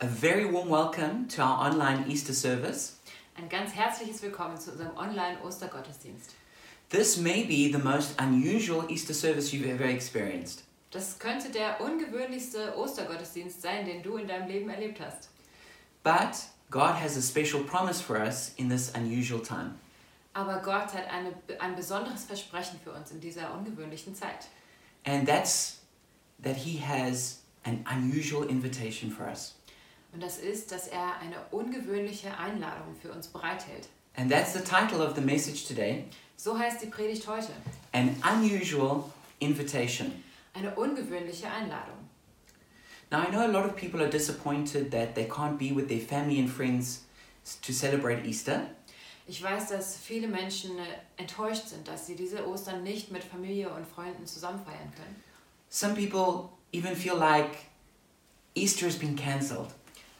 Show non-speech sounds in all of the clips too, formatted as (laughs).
A very warm welcome to our online Easter service. Ein ganz herzliches Willkommen zu unserem Online-Ostergottesdienst. This may be the most unusual Easter service you've ever experienced. Das könnte der ungewöhnlichste Ostergottesdienst sein, den du in deinem Leben erlebt hast. But God has a special promise for us in this unusual time. Aber Gott hat eine, ein besonderes Versprechen für uns in dieser ungewöhnlichen Zeit. And that's that He has an unusual invitation for us. Und das ist, dass er eine ungewöhnliche Einladung für uns bereithält. And that's the title of the message today So heißt die Predigt heute. an unusual invitation. Eine ungewöhnliche Einladung. Now, I know a lot of people are disappointed that they can't be with their family and friends s- to celebrate Easter. Ich weiß, dass viele Menschen äh, enttäuscht sind, dass sie diese Ostern nicht mit Familie und Freunden zusammen feiern können. Some people even feel like Easter has been cancelled.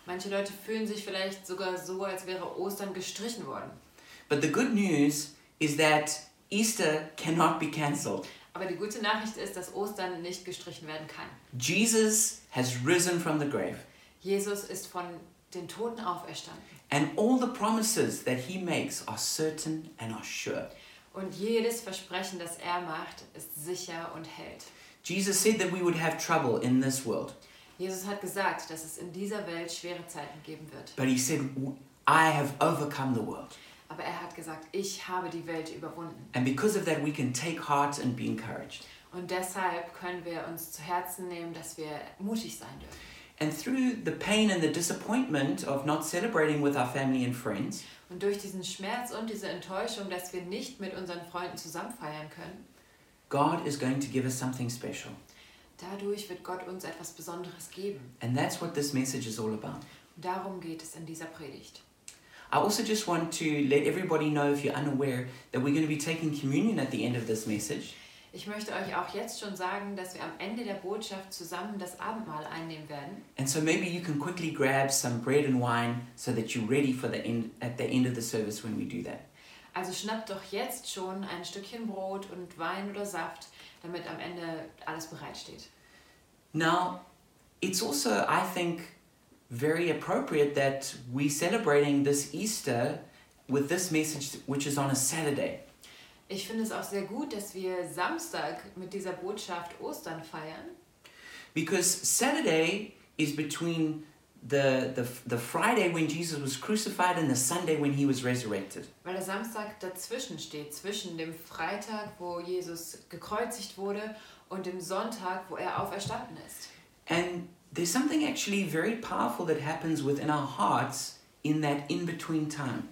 Manche Leute fühlen sich vielleicht sogar so, als wäre Ostern gestrichen worden. But the good news is that Easter cannot be cancelled. Aber die gute Nachricht ist, dass Ostern nicht gestrichen werden kann. Jesus has risen from the grave, Jesus ist von den Toten auferstanden. and all the promises that he makes are certain and are sure. Und jedes Versprechen, das er macht, ist sicher und hält. Jesus said that we would have trouble in this world, Jesus hat gesagt, dass es in dieser Welt schwere Zeiten geben wird. but he said, I have overcome the world. Aber er hat gesagt, ich habe die Welt überwunden. And because of that, we can take heart and be encouraged. Und deshalb können wir uns zu Herzen nehmen, dass wir mutig sein dürfen. And through the pain and the disappointment of not celebrating with our family and friends, Und durch diesen Schmerz und diese Enttäuschung, dass wir nicht mit unseren Freunden zusammen feiern können, God is going to give us something special. dadurch wird Gott uns etwas Besonderes geben. And that's what this message is all about. Und darum geht es in dieser Predigt. I also just want to let everybody know, if you're unaware, that we're going to be taking communion at the end of this message. Ich möchte euch auch jetzt schon sagen, dass wir am Ende der Botschaft zusammen das Abendmahl einnehmen werden. And so maybe you can quickly grab some bread and wine so that you're ready for the end at the end of the service when we do that. Also schnappt doch jetzt schon ein Stückchen Brot und Wein oder Saft, damit am Ende alles bereitsteht. Now, it's also I think very appropriate that we're celebrating this Easter with this message which is on a Saturday. Ich finde es auch sehr gut, dass wir Samstag mit dieser Botschaft Ostern feiern, Because Saturday is between the, the, the Friday when Jesus was crucified and the Sunday when he was resurrected. weil der Samstag dazwischen steht, zwischen dem Freitag, wo Jesus gekreuzigt wurde, und dem Sonntag, wo er auferstanden ist. And there's something actually very powerful that happens within our hearts in that in between time.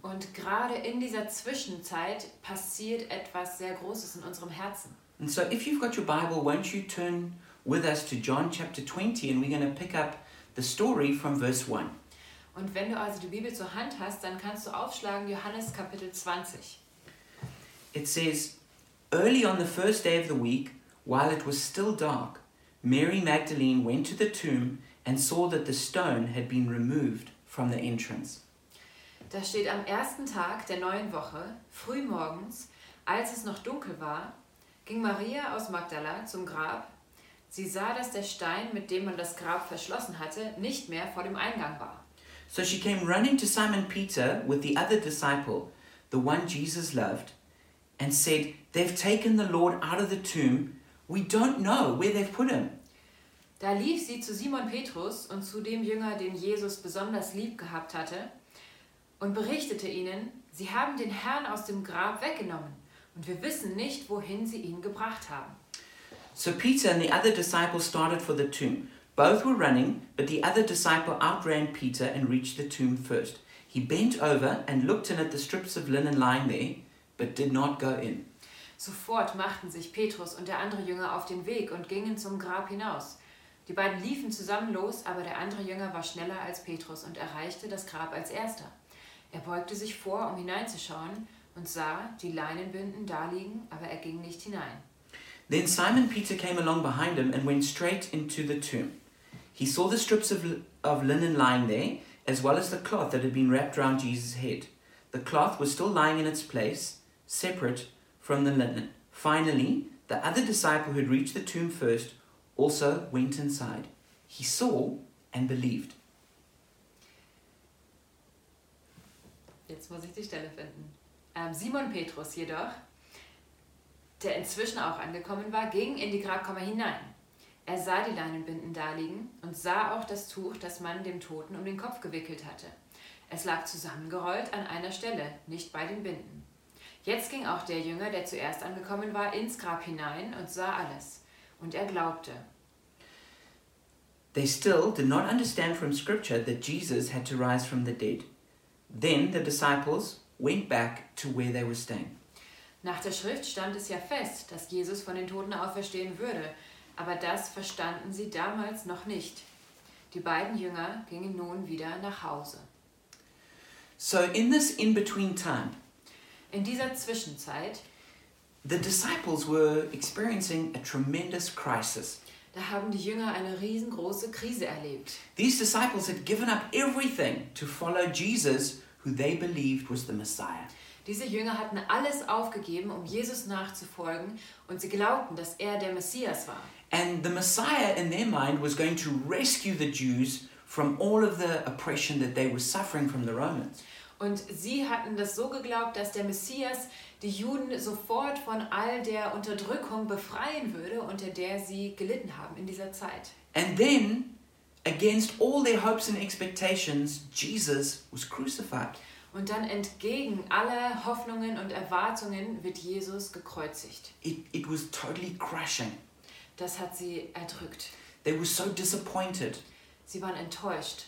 Und gerade in dieser Zwischenzeit passiert etwas sehr Großes in unserem Herzen. And so, if you've got your Bible, won't you turn with us to John chapter 20 and we're going to pick up the story from verse 1. Und wenn du also die Bibel zur Hand hast, dann kannst du aufschlagen Johannes Kapitel 20. It says, Early on the first day of the week, while it was still dark, Mary Magdalene went to the tomb and saw that the stone had been removed from the entrance. Da steht am ersten Tag der neuen Woche, früh morgens, als es noch dunkel war, ging Maria aus Magdala zum Grab. Sie sah, dass der Stein, mit dem man das Grab verschlossen hatte, nicht mehr vor dem Eingang war. So she came running to Simon Peter with the other disciple, the one Jesus loved, and said, They've taken the Lord out of the tomb. We don't know where they've put him. Da lief sie zu Simon Petrus und zu dem Jünger, den Jesus besonders lieb gehabt hatte, und berichtete ihnen, sie haben den Herrn aus dem Grab weggenommen, und wir wissen nicht, wohin sie ihn gebracht haben. So Peter and the other disciple started for the tomb. Both were running, but the other disciple outran Peter and reached the tomb first. He bent over and looked in at the strips of linen lying there, but did not go in. Sofort machten sich Petrus und der andere Jünger auf den Weg und gingen zum Grab hinaus. Die beiden liefen zusammen los, aber der andere Jünger war schneller als Petrus und erreichte das Grab als erster. Er beugte sich vor, um hineinzuschauen, und sah die Leinenbinden daliegen, aber er ging nicht hinein. Then Simon Peter came along behind him and went straight into the tomb. He saw the strips of, of linen lying there, as well as the cloth that had been wrapped around Jesus' head. The cloth was still lying in its place, separate from the linen. Finally, the other disciple who had reached the tomb first also went inside. He saw and believed. Jetzt muss ich die Stelle finden. Ähm, Simon Petrus jedoch, der inzwischen auch angekommen war, ging in die Grabkammer hinein. Er sah die Leinenbinden daliegen und sah auch das Tuch, das man dem Toten um den Kopf gewickelt hatte. Es lag zusammengerollt an einer Stelle, nicht bei den Binden. Jetzt ging auch der Jünger, der zuerst angekommen war, ins Grab hinein und sah alles. Und er glaubte. They still did not understand from Scripture that Jesus had to rise from the dead. Then the disciples went back to where they were staying. Nach der Schrift stand es ja fest, dass Jesus von den Toten auferstehen würde, aber das verstanden sie damals noch nicht. Die beiden Jünger gingen nun wieder nach Hause. So, in this in between time, In dieser Zwischenzeit, the disciples were experiencing a tremendous crisis. da haben die Jünger eine riesengroße Krise erlebt. These disciples had given up everything to follow Jesus, who they believed was the Messiah. Diese Jünger hatten alles aufgegeben, um Jesus nachzufolgen, und sie glaubten, dass er der Messias war. And the Messiah, in their mind, was going to rescue the Jews from all of the oppression that they were suffering from the Romans. Und sie hatten das so geglaubt, dass der Messias die Juden sofort von all der Unterdrückung befreien würde, unter der sie gelitten haben in dieser Zeit. And then, against all their hopes and expectations, Jesus was crucified. Und dann entgegen aller Hoffnungen und Erwartungen wird Jesus gekreuzigt. It, it was totally crushing. Das hat sie erdrückt. They were so disappointed. Sie waren enttäuscht.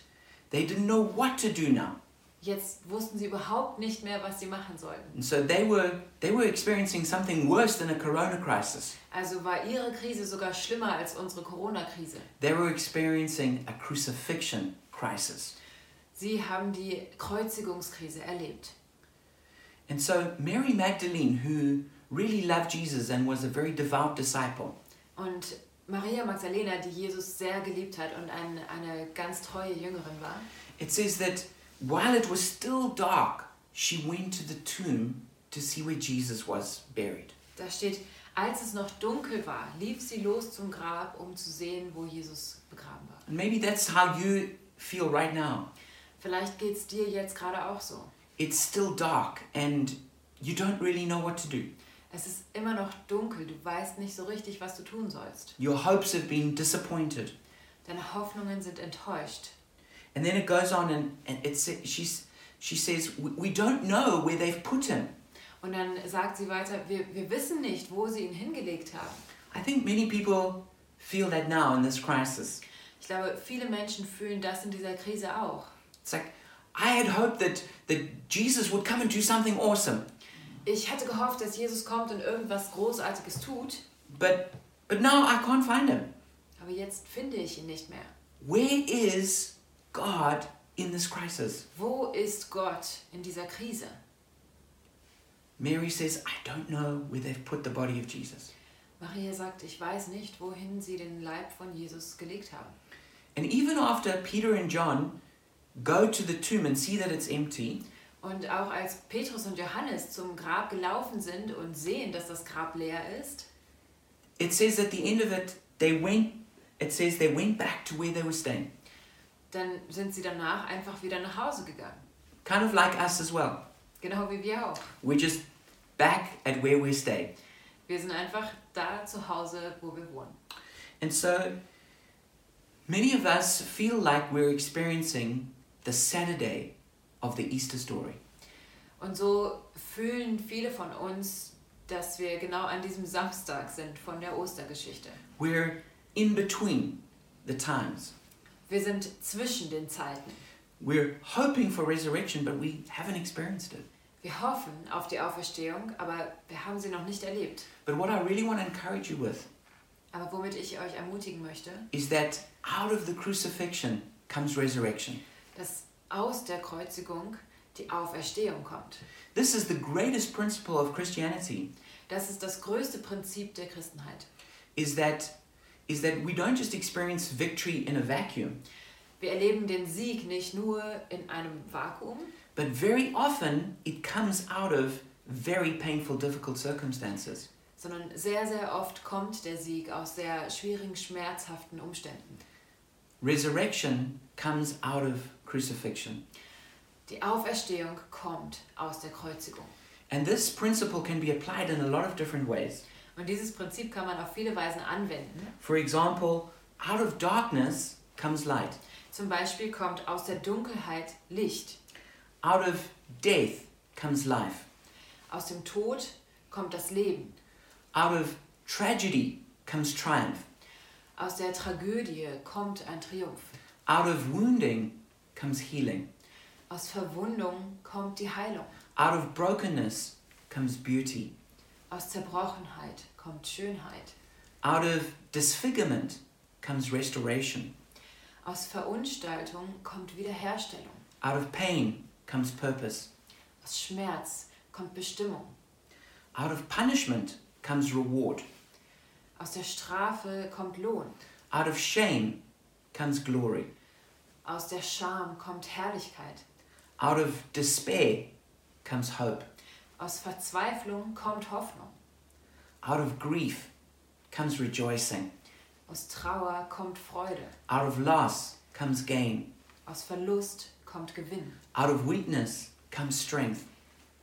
They didn't know what to do now. Jetzt wussten sie überhaupt nicht mehr, was sie machen sollten. And so they were, they were experiencing something worse than a corona crisis. Also war ihre Krise sogar schlimmer als unsere Corona-Krise. They were experiencing a crucifixion crisis. Sie haben die Kreuzigungskrise erlebt. And so Mary Magdalene, who really loved Jesus and was a very devout disciple, Und Maria Magdalena, die Jesus sehr geliebt hat und ein, eine ganz treue Jüngerin war, it says that while it was still dark, she went to the tomb to see where Jesus was buried. da steht, als es noch dunkel war, lief sie los zum Grab, um zu sehen, wo Jesus begraben war. And maybe that's how you feel right now. Vielleicht geht es dir jetzt gerade auch so. It's still dark and you don't really know what to do. Es ist immer noch dunkel, du weißt nicht so richtig, was du tun sollst. Your hopes have been disappointed. Deine Hoffnungen sind enttäuscht. And then it goes on and, and it sa- she's, she says, "We- We don't know where they've put him. Und dann sagt sie weiter, wir, wir wissen nicht, wo sie ihn hingelegt haben. I think many people feel that now in this crisis. Ich glaube, viele Menschen fühlen das in dieser Krise auch. It's like, I had hoped that, that Jesus would come and do something awesome, Ich hatte gehofft, dass Jesus kommt und irgendwas Großartiges tut, but, but now I can't find him. aber jetzt finde ich ihn nicht mehr. Where is God in this crisis? Wo ist Gott in dieser Krise? Mary says, I don't know where they've put the body of Jesus. Maria sagt, ich weiß nicht, wohin sie den Leib von Jesus gelegt haben. And even after Peter and John go to the tomb and see that it's empty, Und auch als Petrus und Johannes zum Grab gelaufen sind und sehen, dass das Grab leer ist, it says at the end of it, they went, it says they went back to where they were staying. dann sind sie danach einfach wieder nach Hause gegangen. Kind of like us as well. Genau wie wir auch. We're just back at where we stayed. Wir sind einfach da zu Hause, wo wir wohnen. And so many of us feel like we're experiencing the Saturday of the Easter story. Und so fühlen viele von uns, dass wir genau an diesem Samstag sind von der Ostergeschichte. We're in between the times. Wir sind zwischen den Zeiten. We're hoping for resurrection, but we haven't experienced it. Wir hoffen auf die Auferstehung, aber wir haben sie noch nicht erlebt. But what I really want to encourage you with Aber womit ich euch ermutigen möchte, is that out of the crucifixion comes resurrection. dass aus der Kreuzigung die Auferstehung kommt. This is the greatest principle of Christianity Das ist das größte Prinzip der Christenheit. is that is that we don't just experience victory in a vacuum, Wir erleben den Sieg nicht nur in einem Vakuum, But very often it comes out of very painful, difficult circumstances. sondern sehr, sehr oft kommt der Sieg aus sehr schwierigen, schmerzhaften Umständen. Resurrection comes out of crucifixion. Die Auferstehung kommt aus der Kreuzigung. And this principle can be applied in a lot of different ways. Und dieses Prinzip kann man auf viele Weisen anwenden. For example, out of darkness comes light, Zum Beispiel kommt aus der Dunkelheit Licht. out of death comes life, Aus dem Tod kommt das Leben. out of tragedy comes triumph, Aus der Tragödie kommt ein Triumph. out of wounding comes healing, Aus Verwundung kommt die Heilung. out of brokenness comes beauty, Aus Zerbrochenheit kommt Schönheit. out of disfigurement comes restoration, Aus Verunstaltung kommt Wiederherstellung. out of pain comes purpose, Aus Schmerz kommt Bestimmung. out of punishment comes reward, Aus der Strafe kommt Lohn. out of shame comes glory, Aus der Scham kommt Herrlichkeit. out of despair comes hope. Aus Verzweiflung kommt Hoffnung. Out of grief comes rejoicing. Aus Trauer kommt Freude. Out of loss comes gain. Aus Verlust kommt Gewinn. Out of weakness comes strength.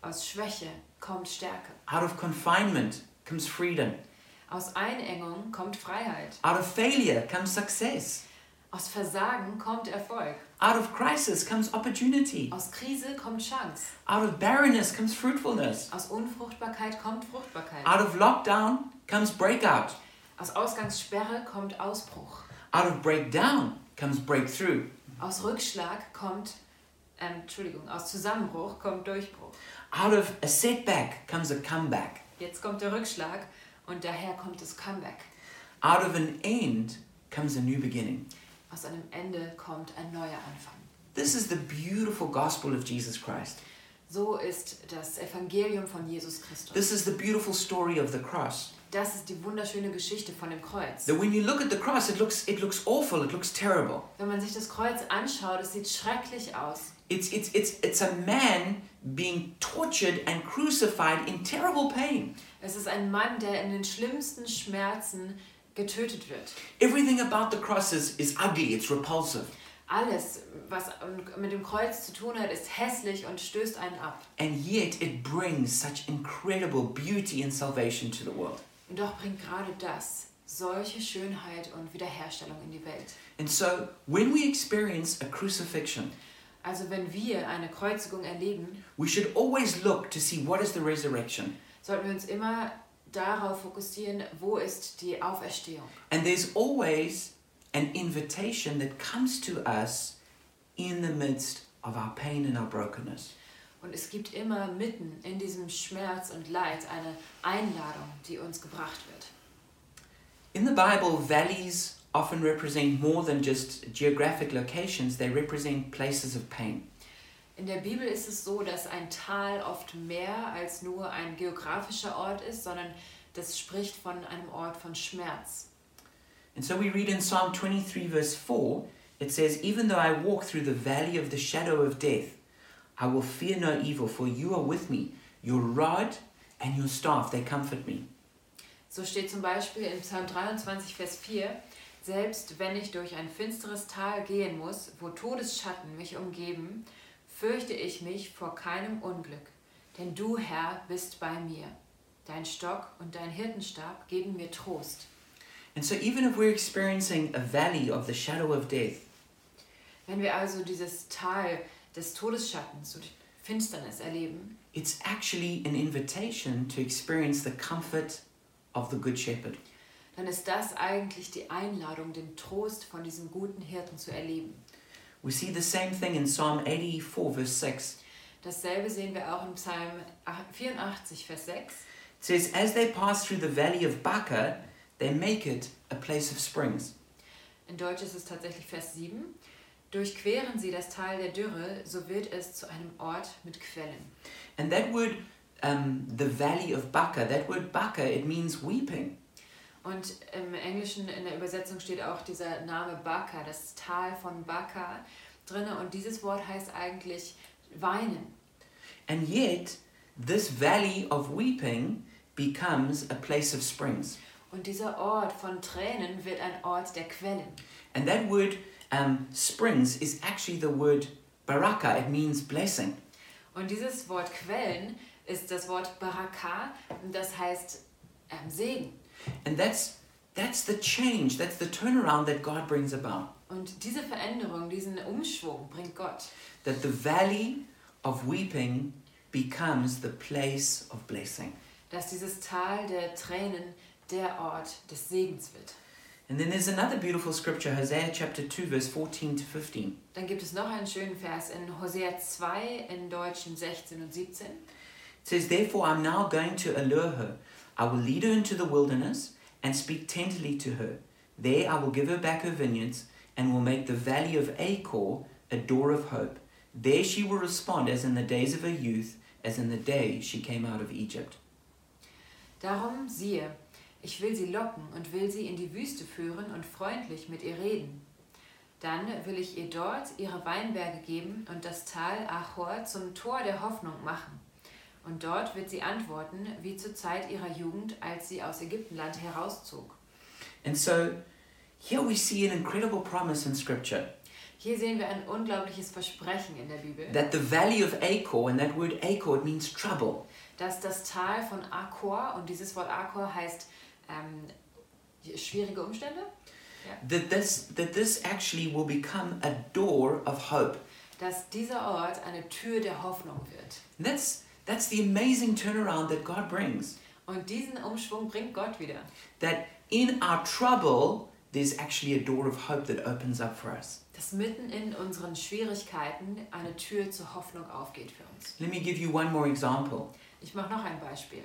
Aus Schwäche kommt Stärke. Out of confinement comes freedom. Aus Einengung kommt Freiheit. Out of failure comes success. Aus Versagen kommt Erfolg. Out of crisis comes opportunity. Aus Krise kommt Chance. Out of barrenness comes fruitfulness. Aus Unfruchtbarkeit kommt Fruchtbarkeit. Out of lockdown comes breakout. Aus Ausgangssperre kommt Ausbruch. Out of breakdown comes breakthrough. Aus Rückschlag kommt, ähm, Entschuldigung, aus Zusammenbruch kommt Durchbruch. Out of a setback comes a comeback. Jetzt kommt der Rückschlag und daher kommt das Comeback. Out of an end comes a new beginning. Aus einem Ende kommt ein neuer Anfang. This is the beautiful gospel of Jesus Christ. So ist das Evangelium von Jesus Christus. This is the beautiful story of the cross. Das ist die wunderschöne Geschichte von dem Kreuz. That when you look at the cross, it looks it looks awful. It looks terrible. Wenn man sich das Kreuz anschaut, es sieht schrecklich aus. It's it's it's it's a man being tortured and crucified in terrible pain. Es ist ein Mann, der in den schlimmsten Schmerzen getötet wird. Everything about the cross is, is ugly. It's repulsive. Alles, was mit dem Kreuz zu tun hat, ist hässlich und stößt einen ab. And yet it brings such incredible beauty and salvation to the world. Und doch bringt gerade das solche Schönheit und Wiederherstellung in die Welt. And so when we experience a crucifixion, Also wenn wir eine Kreuzigung erleben, we should always look to see what is the resurrection. sollten wir uns immer darauf fokussieren, wo ist die Auferstehung. And there's always an invitation that comes to us in the midst of our pain and our brokenness. Und es gibt immer mitten in diesem Schmerz und Leid eine Einladung, die uns gebracht wird. In the Bible, valleys often represent more than just geographic locations, they represent places of pain. In der Bibel ist es so, dass ein Tal oft mehr als nur ein geografischer Ort ist, sondern das spricht von einem Ort von Schmerz. And so we read in Psalm 23, verse 4, it says, Even though I walk through the valley of the shadow of death, I will fear no evil, for you are with me. Your rod and your staff, they comfort me. So steht zum Beispiel in Psalm 23, Vers 4, Selbst wenn ich durch ein finsteres Tal gehen muss, wo Todesschatten mich umgeben, fürchte ich mich vor keinem Unglück, denn du, Herr, bist bei mir. Dein Stock und dein Hirtenstab geben mir Trost. And so, even if we're experiencing a valley of the shadow of death, Wenn wir also dieses Tal des Todesschattens und Finsternis erleben, It's actually an invitation to experience the comfort of the Good Shepherd. dann ist das eigentlich die Einladung, den Trost von diesem guten Hirten zu erleben. We see the same thing in Psalm 84, verse 6. Dasselbe sehen wir auch in Psalm 84, Vers 6. It says, As they pass through the valley of Baca, they make it a place of springs. In Deutsch ist es tatsächlich Vers 7. Durchqueren sie das Tal der Dürre, so wird es zu einem Ort mit Quellen. And that word, um, the valley of Baca, that word Baca, it means weeping. Und im Englischen in der Übersetzung steht auch dieser Name Baka, das Tal von Baka drinne. Und dieses Wort heißt eigentlich weinen. And yet, this valley of weeping becomes a place of springs. Und dieser Ort von Tränen wird ein Ort der Quellen. And that word um, springs is actually the word Baraka, it means blessing. Und dieses Wort Quellen ist das Wort Baraka, das heißt ähm, Segen. And that's, that's the change, that's the turnaround that God brings about. Und diese Veränderung, diesen Umschwung bringt Gott. That the valley of weeping becomes the place of blessing. dass dieses Tal der Tränen der Ort des Segens wird. And then there's another beautiful scripture, Hosea chapter 2, verse 14 to 15. Dann gibt es noch einen schönen Vers in Hosea 2 in Deutschen 16 und 17. It says, Therefore I'm now going to allure her. I will lead her into the wilderness and speak tenderly to her. There I will give her back her vineyards and will make the valley of Achor a door of hope. There she will respond as in the days of her youth, as in the day she came out of Egypt. Darum siehe, ich will sie locken und will sie in die Wüste führen und freundlich mit ihr reden. Dann will ich ihr dort ihre Weinberge geben und das Tal Achor zum Tor der Hoffnung machen. Und dort wird sie antworten, wie zur Zeit ihrer Jugend, als sie aus Ägyptenland herauszog. And so here we see an incredible promise in Scripture Hier sehen wir ein unglaubliches Versprechen in der Bibel. that the valley of Achor, and that word Achor, it means trouble. dass das Tal von Akor, und dieses Wort Akor heißt ähm, schwierige Umstände, That this, that this actually will become a door of hope. dass dieser Ort eine Tür der Hoffnung wird. And that's, that's the amazing turnaround that God brings. Und diesen Umschwung bringt Gott wieder. that in our trouble, there's actually a door of hope that opens up for us. Dass mitten in unseren Schwierigkeiten eine Tür zur Hoffnung aufgeht für uns. Let me give you one more example. Ich mache noch ein Beispiel.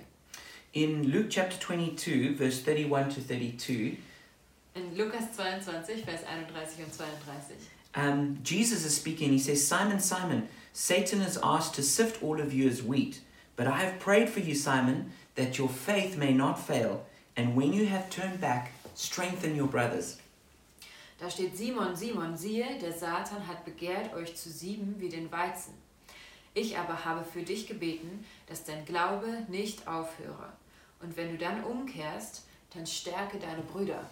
In Luke chapter 22, verse 31 to 32, In Lukas 22, Vers 31 und 32. um, Jesus is speaking. He says, Simon, Simon, Satan has asked to sift all of you as wheat, but I have prayed for you, Simon, that your faith may not fail. And when you have turned back, strengthen your brothers. Da steht Simon, Simon, siehe, der Satan hat begehrt, euch zu sieben wie den Weizen. Ich aber habe für dich gebeten, dass dein Glaube nicht aufhöre. Und wenn du dann umkehrst, dann stärke deine Brüder.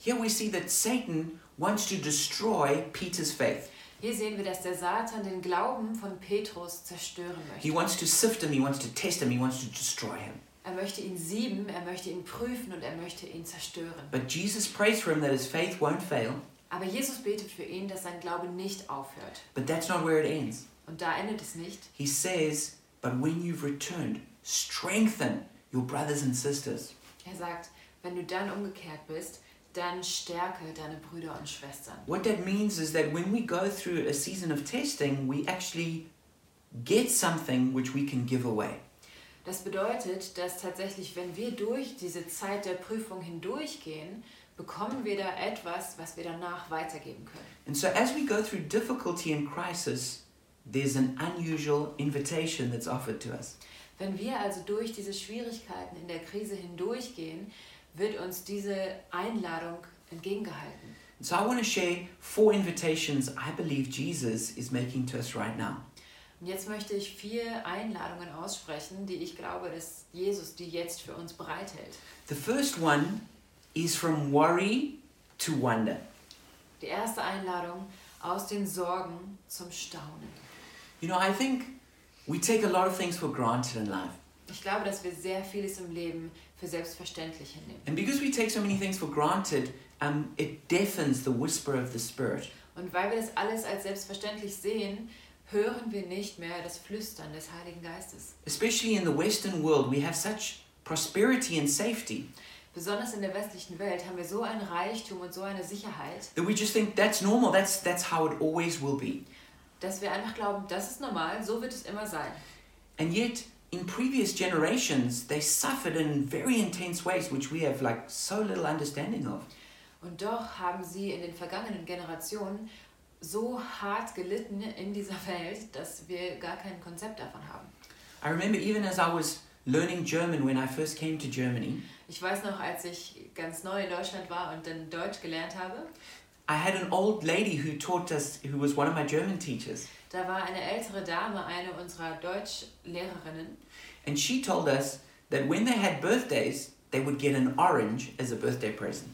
Here we see that Satan wants to destroy Peter's faith. Hier sehen wir, dass der Satan den Glauben von Petrus zerstören He möchte. wants to sift him, he wants to test him, he wants to destroy him. Er möchte ihn sieben, er möchte ihn prüfen und er möchte ihn zerstören. But Jesus prays for him that his faith won't fail, Aber Jesus betet für ihn, dass sein Glaube nicht aufhört. but that's not where it ends. Und da endet es nicht. He says, But when you've returned, strengthen your brothers and sisters. Er sagt, wenn du dann umgekehrt bist, dann stärke deine Brüder und Schwestern. What that means is that when we go through a season of testing, we actually get something which we can give away. Das bedeutet, dass tatsächlich, wenn wir durch diese Zeit der Prüfung hindurchgehen, bekommen wir da etwas, was wir danach weitergeben können. And so as we go through difficulty and crisis, there's an unusual invitation that's offered to us. Wenn wir also durch diese Schwierigkeiten in der Krise hindurchgehen, wird uns diese Einladung entgegengehalten. And so I want to share four invitations I believe Jesus is making to us right now. Und jetzt möchte ich vier Einladungen aussprechen, die ich glaube, dass Jesus die jetzt für uns bereithält. The first one is from worry to wonder. Die erste Einladung aus den Sorgen zum Staunen. You know, I think we take a lot of things for granted in life. Ich glaube, dass wir sehr vieles im Leben für selbstverständlich hinnehmen. And because we take so many things for granted, um, it deafens the whisper of the Spirit. Und weil wir das alles als selbstverständlich sehen, hören wir nicht mehr das Flüstern des Heiligen Geistes. Especially in the Western world, we have such prosperity and safety Besonders in der westlichen Welt haben wir so ein Reichtum und so eine Sicherheit, that we just think that's normal, that's, that's how it always will be. dass wir einfach glauben, das ist normal, so wird es immer sein. And yet, in previous generations, they suffered in very intense ways, which we have like so little understanding of. Und doch haben sie in den vergangenen Generationen so hart gelitten in dieser Welt, dass wir gar kein Konzept davon haben. I remember even as I was learning German when I first came to Germany, Ich weiß noch, als ich ganz neu in Deutschland war und dann Deutsch gelernt habe, I had an old lady who taught us, who was one of my German teachers, da war eine ältere Dame, eine unserer Deutschlehrerinnen, and she told us that when they had birthdays, they would get an orange as a birthday present.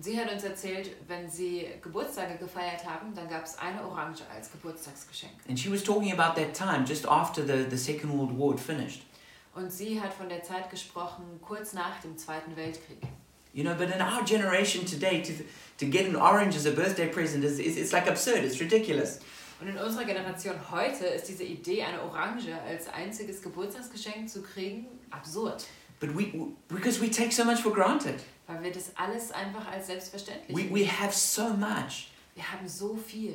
Sie hat uns erzählt, wenn sie Geburtstage gefeiert haben, dann gab es eine Orange als Geburtstagsgeschenk. And she was talking about that time just after the, the Second World War had finished. Und sie hat von der Zeit gesprochen, kurz nach dem Zweiten Weltkrieg. You know, but in our generation today, to, to get an orange as a birthday present is, is it's like absurd, it's ridiculous. Und in unserer Generation heute ist diese Idee, eine Orange als einziges Geburtstagsgeschenk zu kriegen, absurd. But we, w- because we take so much for granted. Weil wir das alles einfach als selbstverständlich We, we have so much. Wir haben so viel.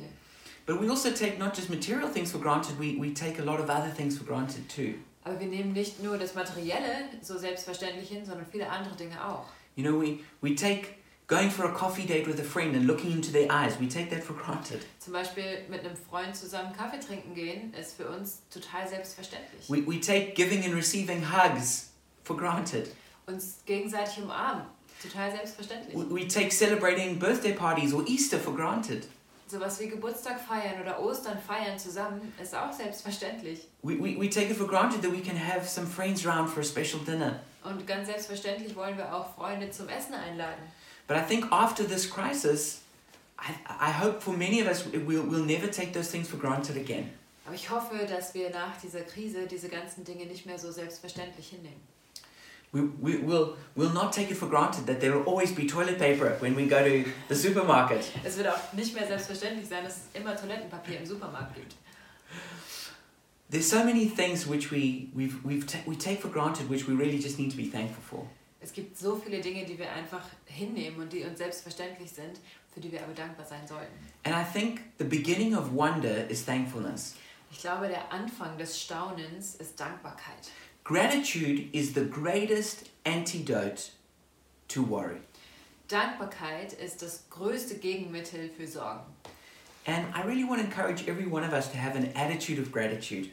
But we also take not just material things for granted, we, we take a lot of other things for granted too. Aber wir nehmen nicht nur das Materielle so selbstverständlich hin, sondern viele andere Dinge auch. You know, we, we take going for a coffee date with a friend and looking into their eyes, we take that for granted. Zum Beispiel mit einem Freund zusammen Kaffee trinken gehen, ist für uns total selbstverständlich. We, we take giving and receiving hugs for granted. Uns gegenseitig umarmen, total selbstverständlich. We, we take celebrating birthday parties or Easter for granted. Sowas wie Geburtstag feiern oder Ostern feiern zusammen ist auch selbstverständlich. We, we, we take it for granted that we can have some friends round for a special dinner. Und ganz selbstverständlich wollen wir auch Freunde zum Essen einladen. But I think after this crisis, I, I hope for many of us, we'll, we'll never take those things for granted again. Aber ich hoffe, dass wir nach dieser Krise diese ganzen Dinge nicht mehr so selbstverständlich hinnehmen. We, we, we'll, we'll not take it for granted that there will always be toilet paper when we go to the supermarket. Es wird auch nicht mehr selbstverständlich sein, dass es immer Toilettenpapier im Supermarkt gibt. There's so many things which we, we've, we've ta- we take for granted, which we really just need to be thankful for. Es gibt so viele Dinge, die wir einfach hinnehmen und die uns selbstverständlich sind, für die wir aber dankbar sein sollten. And I think the beginning of wonder is thankfulness. Ich glaube, der Anfang des Staunens ist Dankbarkeit. Gratitude is the greatest antidote to worry. Dankbarkeit ist das größte Gegenmittel für Sorgen. And I really want to encourage every one of us to have an attitude of gratitude,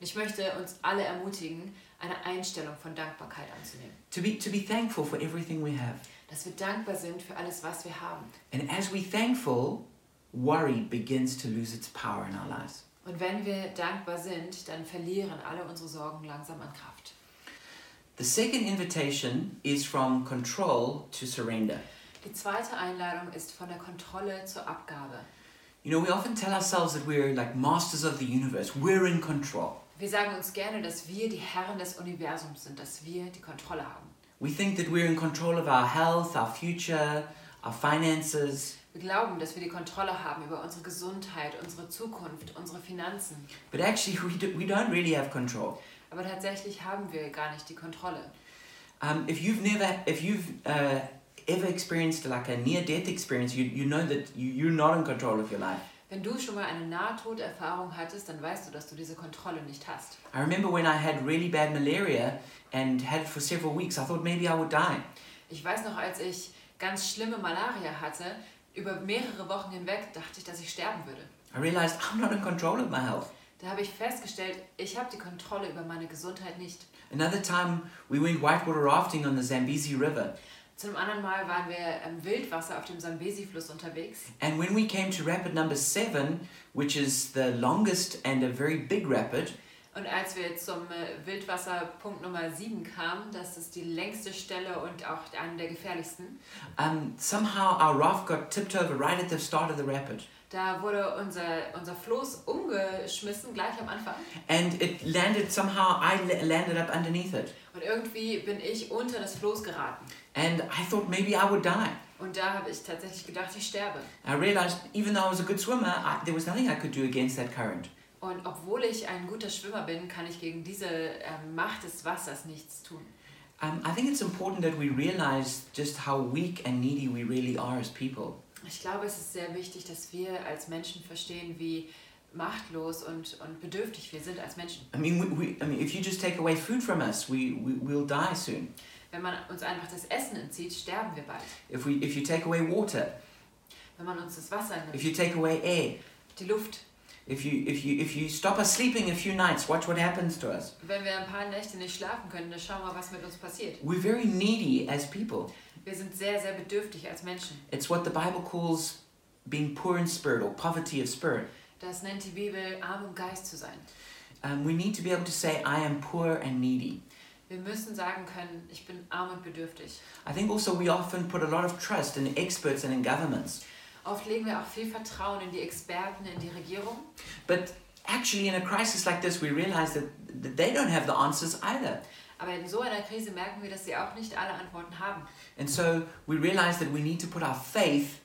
Ich möchte uns alle ermutigen, eine Einstellung von Dankbarkeit anzunehmen. to be, to be thankful for everything we have. Dass wir dankbar sind für alles, was wir haben. And as we're thankful, worry begins to lose its power in our lives. Und wenn wir dankbar sind, dann verlieren alle unsere Sorgen langsam an Kraft. The second invitation is from control to surrender. Die zweite Einladung ist von der Kontrolle zur Abgabe. You know, we often tell ourselves that we're like masters of the universe, we're in control. Wir sagen uns gerne, dass wir die Herren des Universums sind, dass wir die Kontrolle haben. We think that we're in control of our health, our future, our finances. Wir glauben, dass wir die Kontrolle haben über unsere Gesundheit, unsere Zukunft, unsere Finanzen. But actually, (laughs) we, do, we don't really have control. Aber tatsächlich haben wir gar nicht die Kontrolle. Um, if you've never, if you've uh, ever experienced like a near-death experience, you, you know that you, you're not in control of your life. Wenn du schon mal eine Nahtoderfahrung hattest, dann weißt du, dass du diese Kontrolle nicht hast. I remember when I had really bad malaria and had it for several weeks, I thought maybe I would die. Ich weiß noch, als ich ganz schlimme Malaria hatte, über mehrere Wochen hinweg dachte ich, dass ich sterben würde. I realized I'm not in control of my health. Da habe ich festgestellt, ich habe die Kontrolle über meine Gesundheit nicht. Another time, we went whitewater rafting on the Zambezi River. Zu einem anderen Mal waren wir im Wildwasser auf dem Sambesi-Fluss unterwegs. And when we came to rapid number seven, which is the longest and a very big rapid, Und als wir zum äh, Wildwasserpunkt Nummer 7 kamen, das ist die längste Stelle und auch eine der gefährlichsten, um, somehow our raft got tipped over right at the start of the rapid. da wurde unser, unser Floß umgeschmissen, gleich am Anfang. And it landed somehow, I la- landed up underneath it. Und irgendwie bin ich unter das Floß geraten. And I thought maybe I would die. Und da habe ich tatsächlich gedacht, ich sterbe. I realized even though I was a good swimmer, I, there was nothing I could do against that current. Und obwohl ich ein guter Schwimmer bin, kann ich gegen diese ähm, Macht des Wassers nichts tun. Um, I think it's important that we realize just how weak and needy we really are as people. Ich glaube, es ist sehr wichtig, dass wir als Menschen verstehen, wie machtlos und, und bedürftig wir sind als Menschen. I mean, we, we, I mean, if you just take away food from us, we, we, we'll die soon. Wenn man uns einfach das Essen entzieht, sterben wir bald. If, we, if you take away water, Wenn man uns das Wasser if nimmt, you take away air, die Luft, if you, if, you, if you stop us sleeping a few nights, watch what happens to us. wenn wir ein paar Nächte nicht schlafen können, dann schauen wir, was mit uns passiert. We're very needy as people. Wir sind sehr, sehr bedürftig als Menschen. It's what the Bible calls being poor in spirit or poverty of spirit. Das nennt die Bibel, arm im Geist zu sein. Um, we need to be able to say, I am poor and needy. Wir müssen sagen können, ich bin arm und bedürftig. I think also we often put a lot of trust in experts and in governments. Oft legen wir auch viel Vertrauen in die Experten, in die Regierung. But actually, in a crisis like this, we realize that that they don't have the answers either. Aber in so einer Krise merken wir, dass sie auch nicht alle Antworten haben. And so we realize that we need to put our faith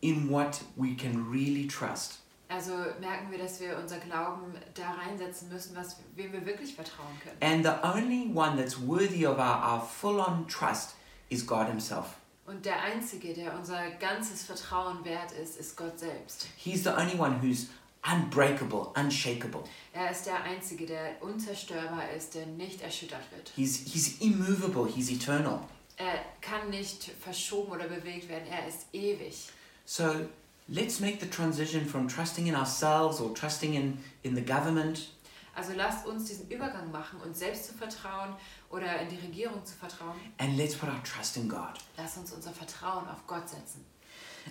in what we can really trust. Also merken wir, dass wir unser Glauben da reinsetzen müssen, was, wem wir wirklich vertrauen können. And the only one that's worthy of our, our full on trust is God Himself. Und der Einzige, der unser ganzes Vertrauen wert ist, ist Gott selbst. He's the only one who's unbreakable, unshakable. Er ist der Einzige, der unzerstörbar ist, der nicht erschüttert wird. He's, he's immovable, He's eternal. Er kann nicht verschoben oder bewegt werden, er ist ewig. So let's make the transition from trusting in ourselves or trusting in, in the government Also lasst uns diesen Übergang machen, uns selbst zu vertrauen oder in die Regierung zu vertrauen. and let's put our trust in God. Lasst uns unser Vertrauen auf Gott setzen.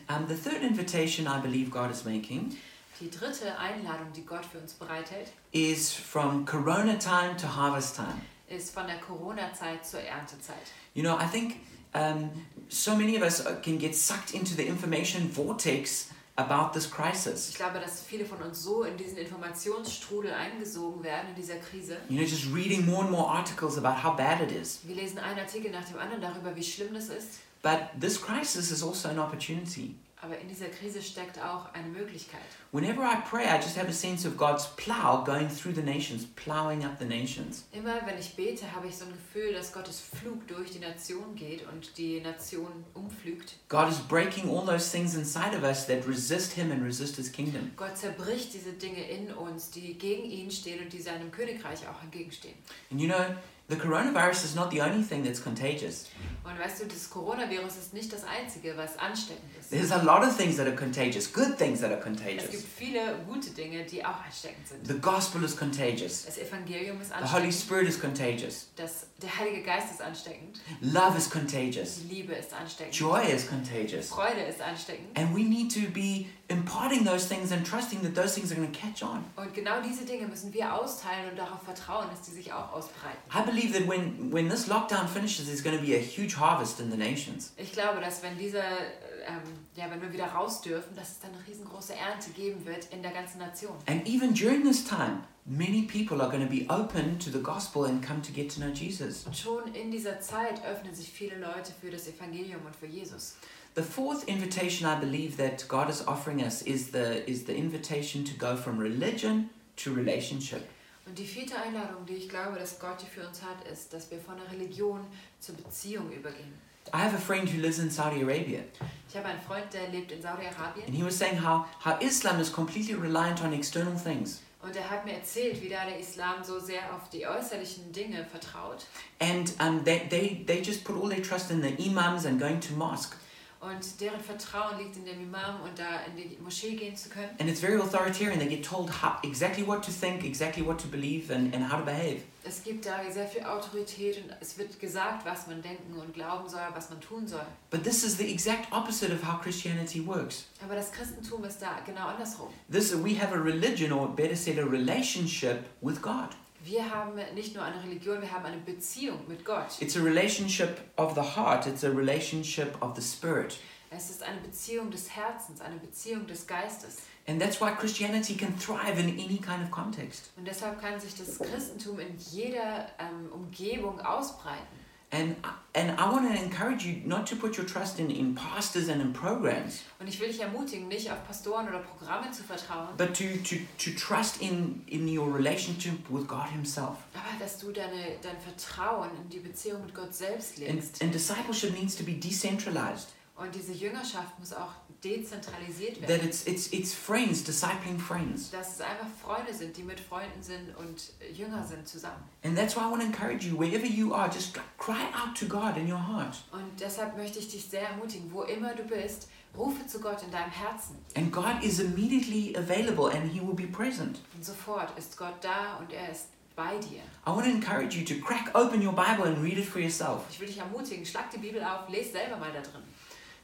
Um, the third invitation I believe God is making Die dritte Einladung, die Gott für uns bereithält, is from Corona time to harvest time. ist von der Corona-Zeit zur Erntezeit. You know, I think um, so many of us uh, can get sucked into the information vortex about this Ich crisis. glaube, dass viele von uns so in diesen Informationsstrudel eingesogen werden in dieser Krise. You know, just reading more and more articles about how bad it is. Wir lesen einen Artikel nach dem anderen darüber, wie schlimm das ist. But this crisis is also an opportunity. Aber in dieser Krise steckt auch eine Möglichkeit. Whenever I pray, I just have a sense of God's plow going through the nations, plowing up the nations. Immer wenn ich bete, habe ich so ein Gefühl, dass Gottes Flug durch die Nation geht und die Nation umflügt. God is breaking all those things inside of us that resist Him and resist His kingdom. Gott zerbricht diese Dinge in uns, die gegen ihn stehen und die seinem Königreich auch entgegenstehen. And you know, the coronavirus is not the only thing that's contagious. Und weißt du, das Coronavirus ist nicht das Einzige, was ansteckend ist. There's a lot of things that are contagious, good things that are Es gibt contagious. viele gute Dinge, die auch ansteckend sind. The gospel is contagious. Das Evangelium ist The Holy ansteckend. Spirit is contagious. Das, der Heilige Geist ist ansteckend. Love is Die contagious. Liebe ist ansteckend. Joy is contagious. Freude ist ansteckend. And we need to be imparting those things and trusting that those things are going to catch on. Und genau diese Dinge müssen wir austeilen und darauf vertrauen, dass die sich auch ausbreiten. I believe that when, when this lockdown finishes, there's going to be a huge harvest in the nations. Ich glaube, dass wenn dieser, äh, ähm, ja, wenn wir wieder raus dürfen, dass es dann eine riesengroße Ernte geben wird in der ganzen Nation. And even during this time, many people are going to be open to the gospel and come to get to know Jesus. Und schon in dieser Zeit öffnen sich viele Leute für das Evangelium und für Jesus. The fourth invitation I believe that God is offering us is the, is the invitation to go from religion to relationship. Und die vierte Einladung, die ich glaube, dass Gott hier für uns hat, ist, dass wir von der Religion zur Beziehung übergehen. I have a friend who lives in Saudi Arabia, Ich habe einen Freund, der lebt in Saudi-Arabien and he was saying how, how Islam is completely reliant on external things. und er hat mir erzählt, wie da der Islam so sehr auf die äußerlichen Dinge vertraut And um, they, they, they just put all their trust in the imams and going to mosque. und deren Vertrauen liegt in dem Imam und da in die Moschee gehen zu können. And it's very authoritarian. They get told how, exactly what to think, exactly what to believe, and, and how to behave. Es gibt da sehr viel Autorität und es wird gesagt, was man denken und glauben soll, was man tun soll. But this is the exact opposite of how Christianity works. Aber das Christentum ist da genau andersrum. This we have a religion, or better said, a relationship with God. Wir haben nicht nur eine Religion, wir haben eine Beziehung mit Gott. It's a relationship of the heart. It's a relationship of the spirit. Es ist eine Beziehung des Herzens, eine Beziehung des Geistes. And that's why Christianity can thrive in any kind of context. Und deshalb kann sich das Christentum in jeder ähm, Umgebung ausbreiten. And and I want to encourage you not to put your trust in, in pastors and in programs, Und ich will dich ermutigen, nicht auf Pastoren oder Programme zu vertrauen, but to, to, to trust in, in your relationship with God Himself. aber dass du deine, dein Vertrauen in die Beziehung mit Gott selbst And, legst. and discipleship needs to be decentralized. Und diese Jüngerschaft muss auch dezentralisiert That werden. it's it's it's friends discipling friends, Dass es einfach Freunde sind, die mit Freunden sind und Jünger sind zusammen. and that's why I want to encourage you wherever you are, just cry out to God in your heart Und deshalb möchte ich dich sehr ermutigen, wo immer du bist, rufe zu Gott in deinem Herzen. and God is immediately available and He will be present. Und sofort ist Gott da und er ist bei dir. I want to encourage you to crack open your Bible and read it for yourself. Ich will dich ermutigen, schlag die Bibel auf, lese selber mal da drin.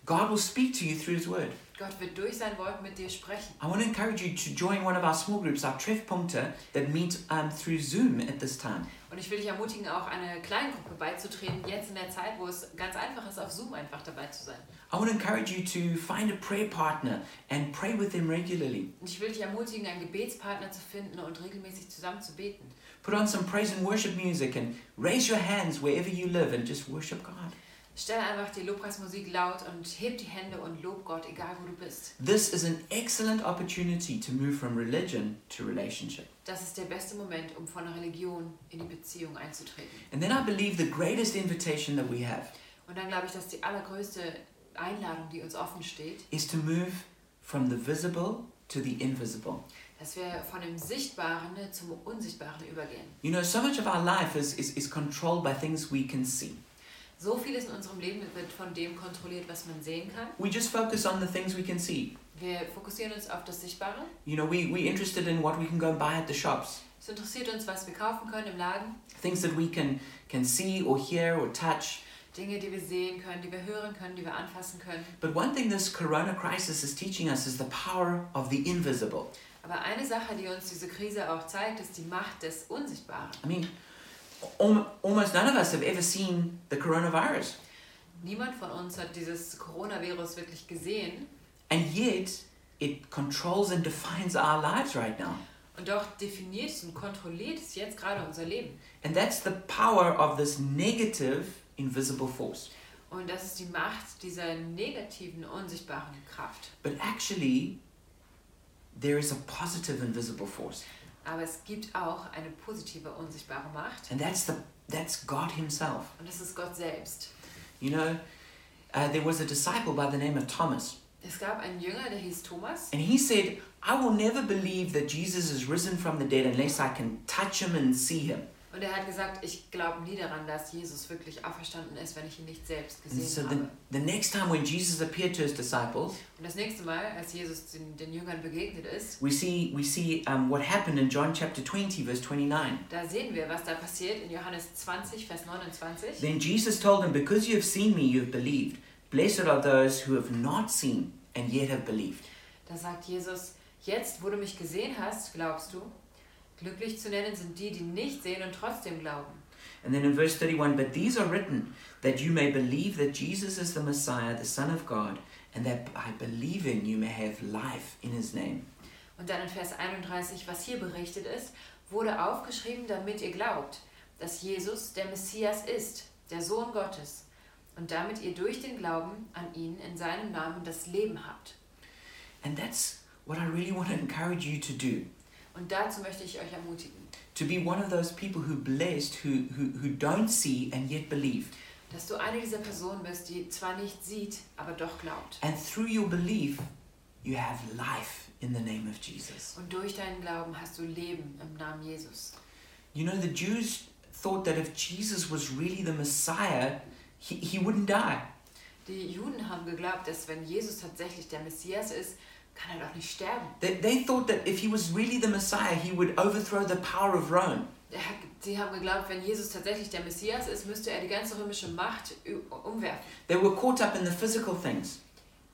God will speak to you through His Word. Gott wird durch sein Wort mit dir sprechen. I want to encourage you to join one of our small groups, our Treffpunkte, that meet um, through Zoom at this time. Und ich will dich ermutigen, auch einer Kleingruppe beizutreten, jetzt in der Zeit, wo es ganz einfach ist, auf Zoom einfach dabei zu sein. I want to encourage you to find a prayer partner and pray with them regularly. Und ich will dich ermutigen, einen Gebetspartner zu finden und regelmäßig zusammen zu beten. Put on some praise and worship music and raise your hands wherever you live and just worship God. Stell einfach die Lobpreismusik laut und heb die Hände und lob Gott, egal wo du bist. This is an excellent opportunity to move from religion to relationship. Das ist der beste Moment, um von Religion in die Beziehung einzutreten. And then I believe the greatest invitation that we have Und dann glaube ich, dass die allergrößte Einladung, die uns offen steht, is to move from the visible to the invisible. dass wir von dem Sichtbaren zum Unsichtbaren übergehen. You know, so much of our life is, is, is controlled by things we can see. So vieles in unserem Leben wird von dem kontrolliert, was man sehen kann. We just focus on the things we can see. Wir fokussieren uns auf das Sichtbare. You know, we, we're interested in what we can go and buy at the shops. Es interessiert uns, was wir kaufen können im Laden, Things that we can, can see or hear or touch. Dinge, die wir sehen können, die wir hören können, die wir anfassen können. But one thing this corona crisis is teaching us is the power of the invisible. Aber eine Sache, die uns diese Krise auch zeigt, ist die Macht des Unsichtbaren. I mean, al- almost none of us have ever seen the coronavirus. Niemand von uns hat dieses Coronavirus wirklich gesehen And yet, it controls and defines our lives right now. und doch definiert es und kontrolliert es jetzt gerade unser Leben. And that's the power of this negative, invisible force. Und das ist die Macht dieser negativen, unsichtbaren Kraft. But actually, there is a positive, invisible force. Aber es gibt auch eine positive, unsichtbare Macht And that's, the, that's God Himself. und das ist Gott selbst. You know, uh, there was a disciple by the name of Thomas. Es gab einen Jünger, der hieß Thomas And he said, I will never believe that Jesus is risen from the dead unless I can touch him and see him. und er hat gesagt, ich glaube nie daran, dass Jesus wirklich auferstanden ist, wenn ich ihn nicht selbst And so gesehen the, habe. the next time when Jesus appeared to his disciples, Und das nächste Mal, als Jesus den, den Jüngern begegnet ist, we see, we see um, what happened in John chapter 20, verse 29. da sehen wir, was da passiert in Johannes 20, Vers 29. Then Jesus told them, Because you have seen me, you have believed. Blessed are those who have not seen and yet have believed. Da sagt Jesus, jetzt wo du mich gesehen hast, glaubst du? Glücklich zu nennen sind die, die nicht sehen und trotzdem glauben. And then in verse 31, But these are written that you may believe that Jesus is the Messiah, the Son of God, and that by believing you may have life in his name. Und dann in Vers 31, was hier berichtet ist, wurde aufgeschrieben, damit ihr glaubt, dass Jesus der Messias ist, der Sohn Gottes, und damit ihr durch den Glauben an ihn in seinem Namen das Leben habt. And that's what I really want to encourage you to do. Und dazu möchte ich euch ermutigen, To be one of those people who blessed, who, who, who don't see and yet believe. dass du eine dieser Personen bist, die zwar nicht sieht, aber doch glaubt. And through your belief, you have life in the name of Jesus. Und durch deinen Glauben hast du Leben im Namen Jesus. You know, the Jews thought that if Jesus was really the Messiah, he, he wouldn't die. Die Juden haben geglaubt, dass wenn Jesus tatsächlich der Messias ist, kann er doch nicht sterben. They, they thought that if he was really the Messiah, he would overthrow the power of Rome. Er hat- Sie haben geglaubt, wenn Jesus tatsächlich der Messias ist, müsste er die ganze römische Macht ü- umwerfen. They were caught up in the physical things.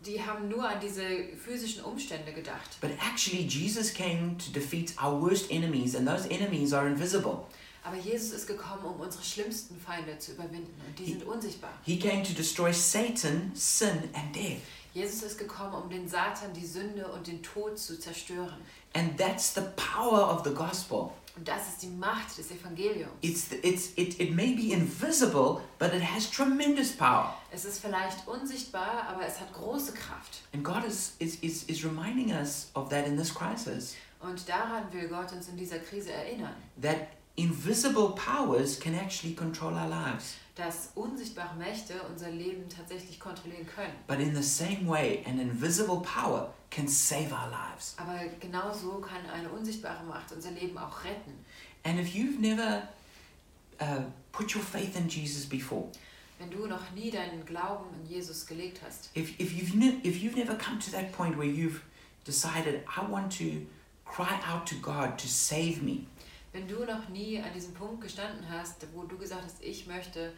Die haben nur an diese physischen Umstände gedacht. But actually, Jesus came to defeat our worst enemies, and those enemies are invisible. Aber Jesus ist gekommen, um unsere schlimmsten Feinde zu überwinden und die sind unsichtbar. He came to destroy Satan, sin, and death. Jesus ist gekommen, um den Satan, die Sünde und den Tod zu zerstören. And that's the power of the gospel. Und das ist die Macht des Evangeliums. It's the, it's it, it may be invisible, but it has tremendous power. Es ist vielleicht unsichtbar, aber es hat große Kraft. And God is, is, is, is reminding us of that in this crisis. Und daran will Gott uns in dieser Krise erinnern. That invisible powers can actually control our lives. dass unsichtbare Mächte unser Leben tatsächlich kontrollieren können. But in the same way, an invisible power can save our lives. Aber genauso kann eine unsichtbare Macht unser Leben auch retten. And if you've never uh, put your faith in Jesus before, Wenn du noch nie deinen Glauben in Jesus gelegt hast, if, if you've ne- if you've never come to that point where you've decided I want to cry out to God to save me, wenn du noch nie an diesem Punkt gestanden hast, wo du gesagt hast, ich möchte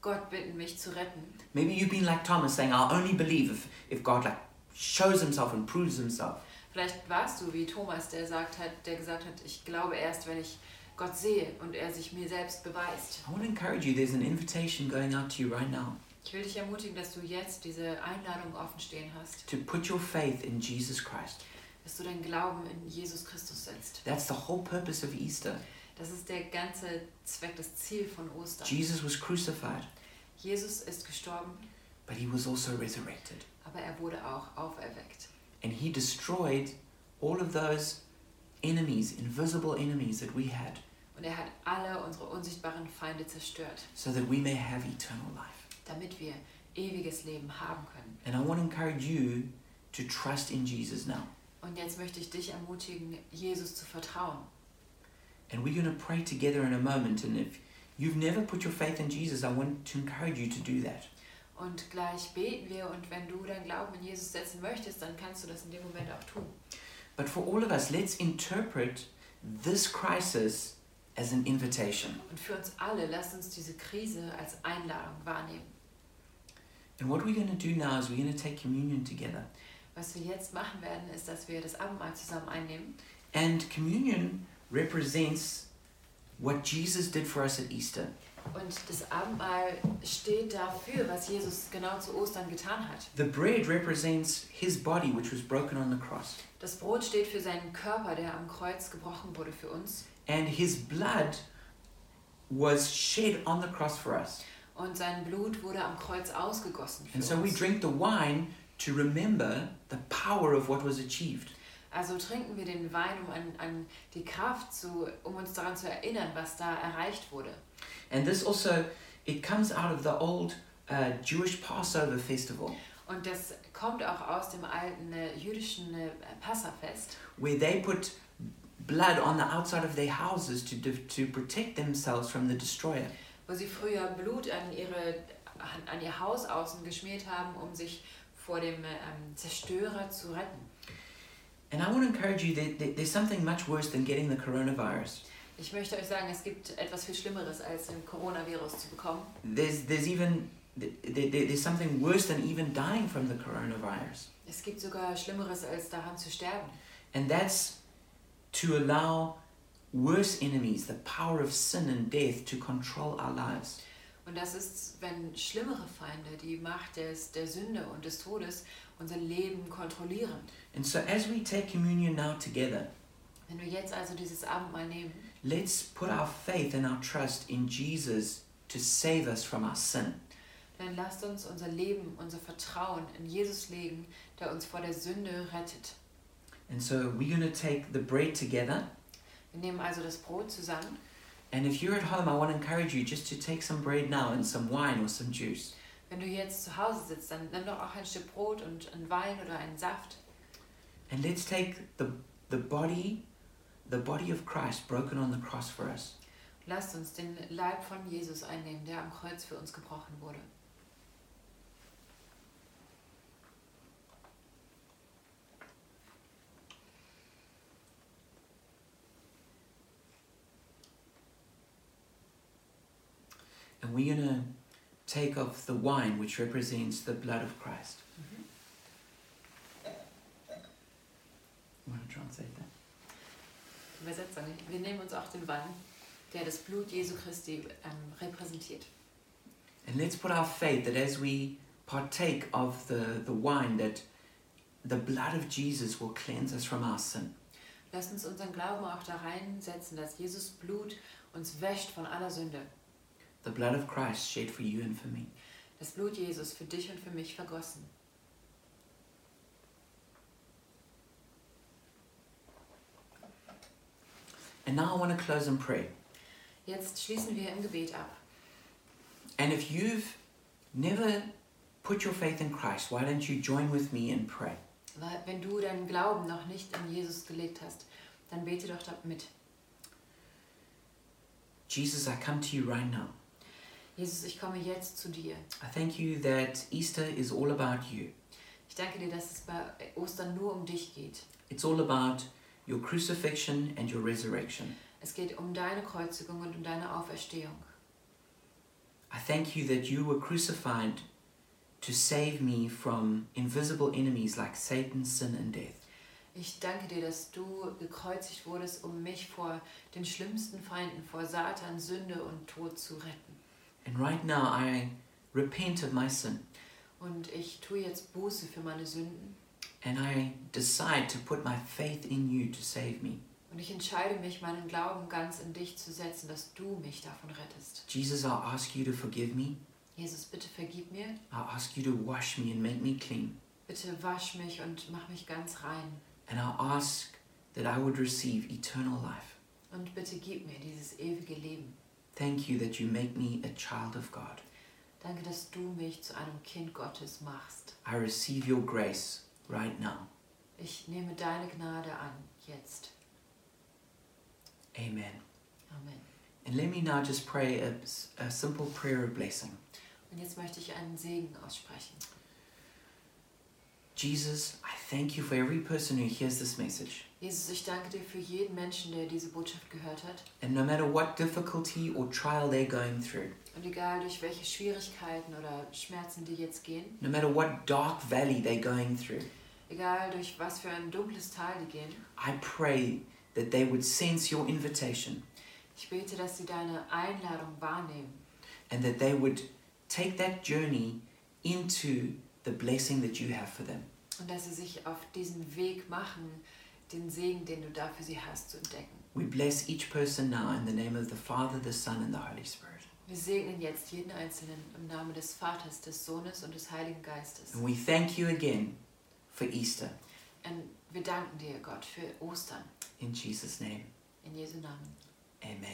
Gott bitten, mich zu retten. Maybe you've been like Thomas, saying, I'll only believe if, if God like shows himself and proves himself. Vielleicht warst du wie Thomas, der, sagt hat, der gesagt hat, ich glaube erst, wenn ich Gott sehe und er sich mir selbst beweist. I want to encourage you, there's an invitation going out to you right now Ich will dich ermutigen, dass du jetzt diese Einladung offen stehen hast, to put your faith in Jesus Christ. dass du deinen Glauben in Jesus Christus setzt. That's the whole purpose of Easter. Das ist der ganze Zweck, das Ziel von Ostern. Jesus was crucified, Jesus ist gestorben, but he was also resurrected. aber er wurde auch auferweckt. And he destroyed all of those enemies, invisible enemies that we had, Und er hat alle unsere unsichtbaren Feinde zerstört, so that we may have eternal life. damit wir ewiges Leben haben können. And I want to encourage you to trust in Jesus now. Und jetzt möchte ich dich ermutigen, Jesus zu vertrauen. And we're going to pray together in a moment. And if you've never put your faith in Jesus, I want to encourage you to do that. Und gleich beten wir und wenn du deinen Glauben in Jesus setzen möchtest, dann kannst du das in dem Moment auch tun. But for all of us, let's interpret this crisis as an invitation. Und für uns alle, lass uns diese Krise als Einladung wahrnehmen. And what we're going to do now is we're going to take communion together. Was wir jetzt machen werden, ist, dass wir das Abendmahl zusammen einnehmen. And communion represents what Jesus did for us at Easter. Und das Abendmahl steht dafür, was Jesus genau zu Ostern getan hat. The bread represents his body, which was broken on the cross, Das Brot steht für seinen Körper, der am Kreuz gebrochen wurde für uns. and his blood was shed on the cross for us. Und sein Blut wurde am Kreuz ausgegossen für And so we uns. drink the wine to remember the power of what was achieved. Also trinken wir den Wein, um an, an die Kraft zu, um uns daran zu erinnern, was da erreicht wurde. And this also it comes out of the old uh, Jewish Passover festival, Und das kommt auch aus dem alten äh, jüdischen äh, Passafest, where they put blood on the outside of their houses to de- to protect themselves from the destroyer. wo sie früher Blut an, ihre, an, an ihr Haus außen geschmiert haben, um sich vor dem äh, ähm, Zerstörer zu retten. And I want to encourage you that that there's something much worse than getting the coronavirus. Ich möchte euch sagen, es gibt etwas viel Schlimmeres, als den Coronavirus zu bekommen. There's there's even th- th- th- there's something worse than even dying from the coronavirus, Es gibt sogar Schlimmeres, als daran zu sterben. and that's to allow worse enemies, the power of sin and death, to control our lives. Und das ist, wenn schlimmere Feinde, die Macht des, der Sünde und des Todes, unser Leben kontrollieren. And so, as we take communion now together, Wenn wir jetzt also dieses Abendmahl nehmen, Let's put our faith and our trust in Jesus to save us from our sin. dann lasst uns unser Leben, unser Vertrauen in Jesus legen, der uns vor der Sünde rettet. And so we're going to take the bread together. Wir nehmen also das Brot zusammen. And if you're at home, I want to encourage you just to take some bread now and some wine or some juice. Wenn du jetzt zu Hause sitzt, dann nimm doch auch ein Stück Brot und einen Wein oder einen Saft. And let's take the, the body, the body of Christ broken on the cross for us. Lasst uns den Leib von Jesus einnehmen, der am Kreuz für uns gebrochen wurde. And we're going to take of the wine, which represents the blood of Christ. You want to translate that? Übersetzung. ne? Wir nehmen uns auch den Wein, der das Blut Jesu Christi ähm, repräsentiert. And let's put our faith that as we partake of the, the wine, that the blood of Jesus will cleanse us from our sin. Lasst uns unseren Glauben auch da reinsetzen, dass Jesus Blut uns wäscht von aller Sünde. The blood of Christ shed for you and for me. Das Blut Jesus für dich und für mich vergossen. And now I want to close in prayer. Jetzt schließen wir im Gebet ab. And if you've never put your faith in Christ, why don't you join with me in prayer? Weil Wenn du deinen Glauben noch nicht in Jesus gelegt hast, dann bete doch da mit. Jesus, I come to you right now. Jesus, ich komme jetzt zu dir. I thank you that Easter is all about you. Ich danke dir, dass es bei Ostern nur um dich geht. It's all about your crucifixion and your resurrection. Es geht um deine Kreuzigung und um deine Auferstehung. I thank you that you were crucified to save me from invisible enemies like Satan, sin, and death. Ich danke dir, dass du gekreuzigt wurdest, um mich vor den schlimmsten Feinden, vor Satan, Sünde und Tod zu retten. And right now I repent of my sin Und ich tue jetzt Buße für meine Sünden and I decide to put my faith in you to save me. und ich entscheide mich, meinen Glauben ganz in dich zu setzen, dass du mich davon rettest. Jesus, I ask you to forgive me. Jesus, bitte vergib mir, I ask you to wash me and make me clean. bitte wasch mich und mach mich ganz rein. And I ask that I would receive eternal life. Und bitte gib mir dieses ewige Leben. Thank you that you make me a child of God. Danke, dass du mich zu einem Kind Gottes machst. I receive your grace right now. Ich nehme deine Gnade an, jetzt. Amen. Amen. And let me now just pray a, a simple prayer of blessing. Und jetzt möchte ich einen Segen aussprechen. Jesus, I thank you for every person who hears this message. Jesus, ich danke dir für jeden Menschen, der diese Botschaft gehört hat. And no matter what difficulty or trial they're going through, Und egal durch welche Schwierigkeiten oder Schmerzen die jetzt gehen, no matter what dark valley they're going through, egal durch was für ein dunkles Tal die gehen, I pray that they would sense your invitation ich bete, dass sie deine Einladung wahrnehmen and that they would take that journey into the blessing that you have for them. und dass sie sich auf diesen Weg machen, den Segen, den du da für sie hast, zu entdecken. We bless each person now in the name of the Father, the Son, and the Holy Spirit. Wir segnen jetzt jeden Einzelnen im Namen des Vaters, des Sohnes und des Heiligen Geistes. And we thank you again for Easter Und wir danken dir, Gott, für Ostern. in Jesus' name. In Jesu Namen. Amen.